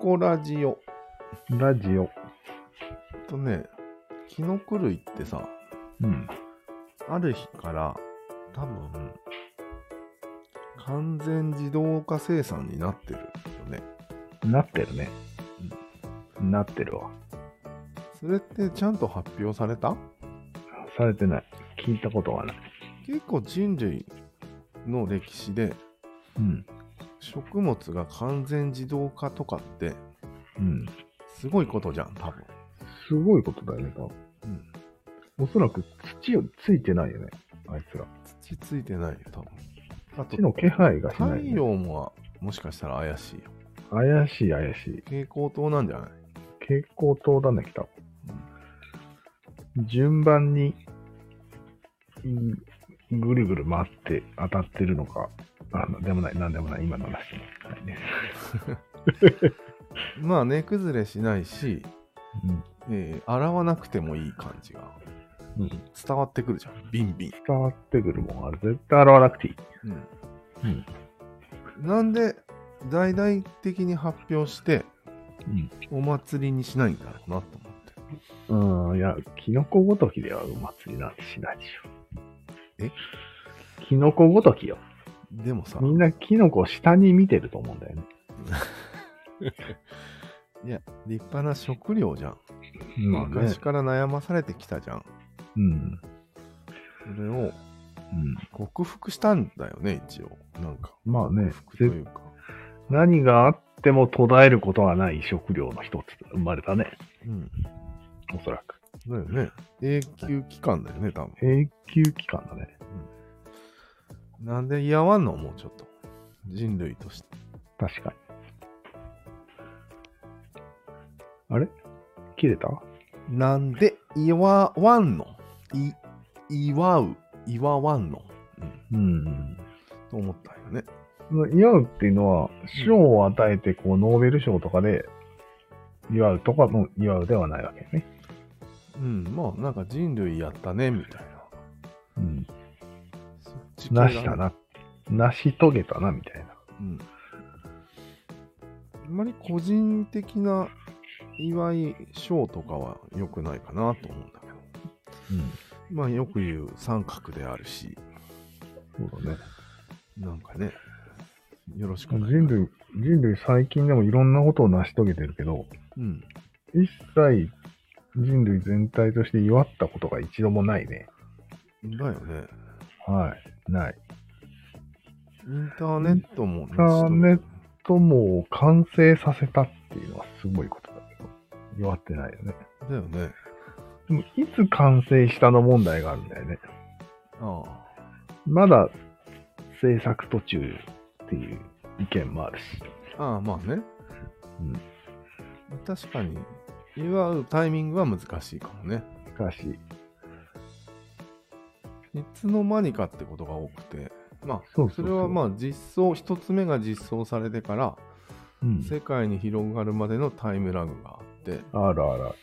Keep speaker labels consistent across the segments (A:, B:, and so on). A: コラジオ。
B: ラジオ。
A: えっとね、キノコ類ってさ、
B: うん。
A: ある日から多分、完全自動化生産になってるよね。
B: なってるね。なってるわ。
A: それってちゃんと発表された
B: されてない。聞いたことがない。
A: 結構人類の歴史で
B: うん。
A: 食物が完全自動化とかって
B: うん。
A: すごいことじゃん、多分。
B: すごいことだよね、多分。
A: うん。
B: おそらく土をついてないよね。あいつら。
A: 土ついてないよ、多分。あと
B: 土、の気配がしな
A: 太
B: い、ね。
A: 陽ももしかしたら怪しいよ。
B: 怪しい怪しい。
A: 蛍光灯なんじゃない
B: 蛍光灯だね、来た。順番に、うんぐるぐる回って当たってるのか、あなんでもない、なんでもない、今の話ないです。
A: まあ、根崩れしないし、
B: うん
A: えー洗わなくてもいい感じが
B: うん
A: 伝わってくるじゃん。ビンビン。
B: 伝わってくるもんあれ絶対洗わなくていい。
A: うん。なんで、大々的に発表して、お祭りにしないんだろうなと思って。
B: うん。いや、キノコごときではお祭りなんてしないでしょ。
A: え
B: キノコごときよ。
A: でもさ、
B: みんなキノコを下に見てると思うんだよね。
A: いや、立派な食料じゃん。
B: まあね
A: 昔。から悩まされてきたじゃん。
B: うん。
A: それを
B: うん。
A: 克服したんだよね、一応。なんか。
B: まあね
A: 克服というか。
B: 何があっても途絶えることはない食料の一つ生まれたね。
A: うん。
B: おそらく。
A: だよね。永久期間だよね、多分。
B: 永久期間だね。
A: なんで嫌わんのもうちょっと。人類として。
B: 確かに。あれ切れた
A: なんで祝わんのい、祝う、祝わんの、うん、
B: うん。
A: と思ったよね。
B: 祝うっていうのは、賞を与えて、こう、ノーベル賞とかで祝うとかの祝うではないわけね。
A: うん、まあなんか人類やったね、みたいな。
B: うん。
A: そっち系だ
B: な
A: ね
B: した。な。成し遂げたな、みたいな。
A: うん。あんまり個人的な祝い賞とかは良くないかなと思うんだけど。まあよく言う三角であるし、
B: うん。そうだね。
A: なんかね、よろしくない。
B: 人類、人類最近でもいろんなことを成し遂げてるけど、
A: うん。
B: 一切人類全体として祝ったことが一度もないね。
A: だよね。
B: はい。ない。
A: インターネットも、ね、
B: インターネッ友を完成させたっていうのはすごいことだけど、祝ってないよね。
A: だよね。
B: でも、いつ完成したの問題があるんだよね。
A: ああ。
B: まだ制作途中っていう意見もあるし。
A: ああ、まあね。
B: うん
A: 確かに、祝うタイミングは難しいかもね。
B: しかし、
A: いつの間にかってことが多くて。ま
B: そう
A: あ、それはま
B: あ、
A: あ実装、一つ目が実装されてから、
B: うん、
A: 世界に広がるまでのタイムラグがあって、
B: あらあら、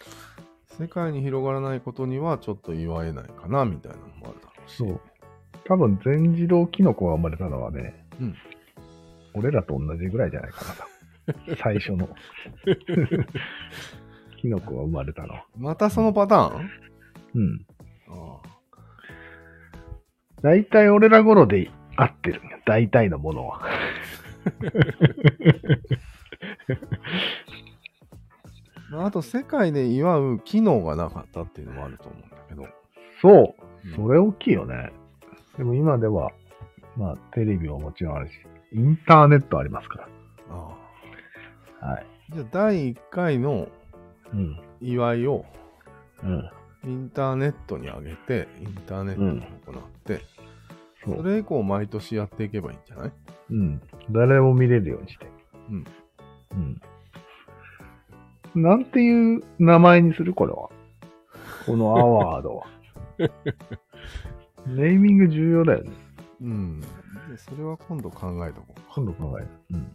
A: 世界に広がらないことにはちょっと祝えないかな、みたいなのもあるだろうし。
B: そう。多分全自動キノコが生まれたのはね、
A: うん
B: 俺らと同じぐらいじゃないか な。最初の。 キノコが生まれたのは。
A: またそのパターン
B: うん。
A: ああ。
B: 大体俺ら頃で合ってるんよ。大体のものは。
A: まああと、世界で祝う機能がなかったっていうのもあると思うんだけど。
B: そう
A: うん
B: それ大きいよね。でも今では、まあテレビももちろんあるし、インターネットありますか
A: ああ。
B: ら。はい。
A: じゃあ第1回の
B: うん。
A: 祝いを
B: うん。
A: インターネットに上げて、インターネットに行って、
B: そう
A: そ。れ以降毎年やっていけばいいんじゃない
B: うん。誰も見れるようにして。
A: うん。
B: うん。なんていう名前にするこれは。このアワード は。ネーミング重要だよね。
A: うん。でそれは今度考えとこ
B: 今度考える。うん。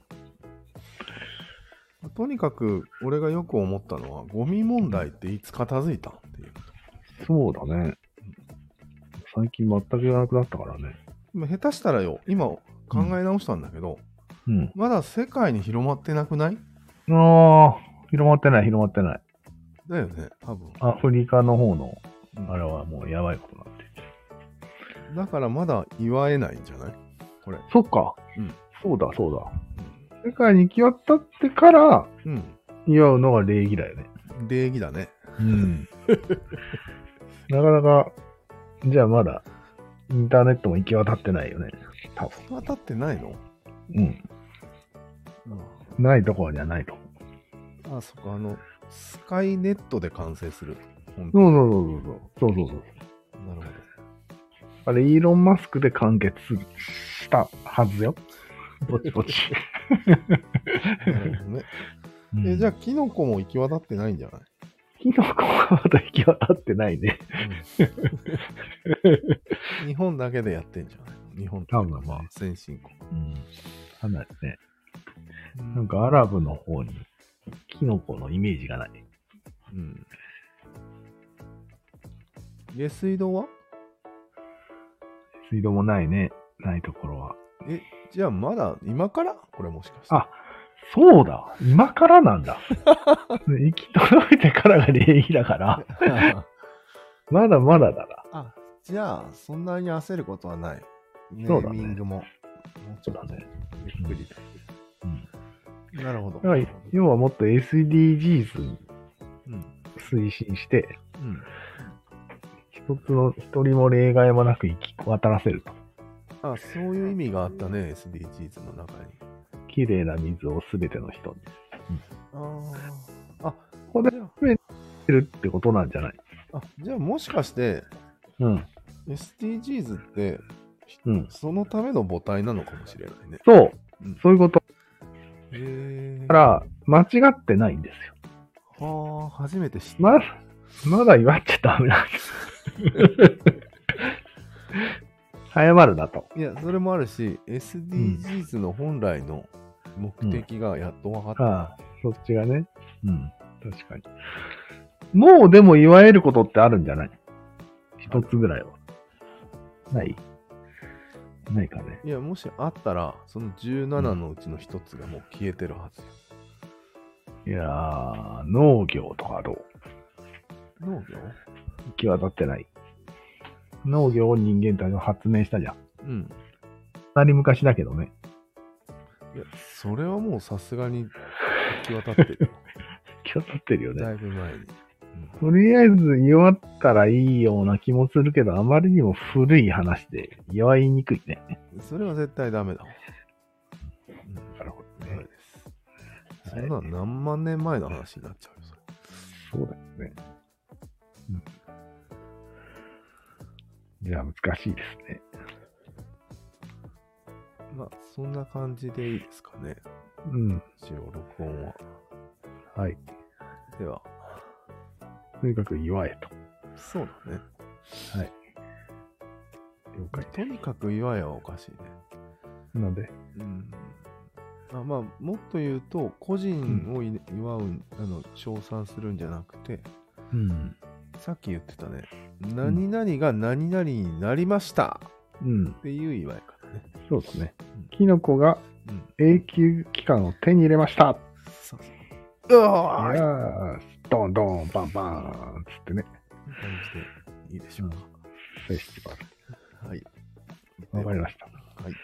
A: う。とにかく、俺がよく思ったのは、ゴミ問題っていつ片付いたっていうこ
B: そうだね。最近全く言わなくなったからね。
A: と。でも下手したらよ、今考え直したんだけど、
B: うん。
A: まだ世界に広まってなくない
B: ああ、広まってない、広まってない。
A: だよね、多分。
B: アフリカの方の、
A: うん
B: あれはもうやばいことになってる。
A: だからまだ祝えないんじゃないこれ。
B: そっか。
A: うん
B: そうだ、そうだ。世界に行き渡ってから、
A: うん。
B: 祝うのが礼儀だよね。
A: 礼儀だね。
B: うん。 なかなか、じゃあまだ、インターネットも行き渡ってないよね。多分。
A: 当たってないの
B: うん。ないところにはないと思う。
A: あそっか、あの、スカイネットで完成する。本当
B: そうそうそうそうそう。そうそうそう。
A: なるほど。
B: あれ、イーロン・マスクで完結したはずよ。ぼち ぼち。
A: なるほ どね。え、じゃあ、キノコも行き渡ってないんじゃない
B: キノコはまだ行き渡ってないね。
A: うん日本だけでやってんじゃないの日本
B: 多分まあ
A: 先進国。
B: うん。かなりね。なんかアラブの方に、キノコのイメージがない。
A: うん。下水道は
B: 水道もないね。ないところは。
A: え、じゃあまだ今からこれもしかして。
B: あそうだ今からな んだ行き届いてからが礼儀だから、 まだまだだな。
A: あ、じゃあそんなに焦ることはない。ネ
B: そうだ
A: ー
B: ね
A: ミングも。もうちょっと
B: そうだね
A: ゆっくりと。
B: うん
A: なるほど。
B: だから要はもっと SDGs に
A: うん。
B: 推進して、
A: うん。
B: 一つの一人も例外もなく行き渡らせると。
A: あ、そういう意味があったね、SDGs の中に。
B: 綺麗な水をすべての人に
A: ああ。あ、
B: これ
A: じゃあ
B: するってことなんじゃない
A: あ、じゃあもしかして、
B: うん。
A: SDGs って、
B: うん。
A: そのための母体なのかもしれないね。
B: そう
A: うん。
B: そういうこと。
A: へえ
B: だか。ら、間違ってないんですよ。
A: はあ、初めて知った。
B: ま、まだ祝っちゃダメなんです。早まるなと。
A: いや、それもあるし、SDGs の本来の目的がやっと分かった。
B: ああ、そっちがね。うん。確かに。もうでも祝えることってあるんじゃない一つぐらいは。ないないかね。
A: いや、もしあったら、その17のうちの一つがもう消えてるはずよ。
B: いやー、農業とかどう
A: 農業
B: 行き渡ってない。農業を人間たちが発明したじゃん。
A: うん。
B: なり昔だけどね。
A: いや、それはもうさすがに行き渡ってるよ。
B: 行き渡ってるよ
A: だ
B: ね。
A: いぶ前に。
B: とりあえず祝ったらいいような気もするけど、あまりにも古い話で祝いにくいね。
A: うん、それは絶対ダメだわ。
B: なるほ
A: うん、ダメです。そ
B: はい
A: んなん何万年前の話になっちゃうよ、それ。
B: そうだよね。うんじゃあ難しいですね。
A: まあ、そんな感じでいいですかね。
B: うん。
A: 一応、録音は。
B: はい。
A: では、
B: とにかく祝えと。
A: そうだね。
B: 了解
A: とにかく祝いはおかしいね。
B: なんで、
A: うん。あまあ、もっと言うと、個人をい祝う、あの、称賛するんじゃなくて、
B: うん。
A: さっき言ってたね、何々が何々になりました
B: うん。
A: っていう祝い方ね。
B: そうですね
A: うん。
B: キノコが
A: うん。
B: 永久期間を手に入れました
A: そうそう。う
B: い
A: わー
B: やー、ドンドン、バンバーンつってね、
A: こんな感じでいいでしょうか。
B: フェスティバル。
A: はい。
B: わかりました。
A: はい。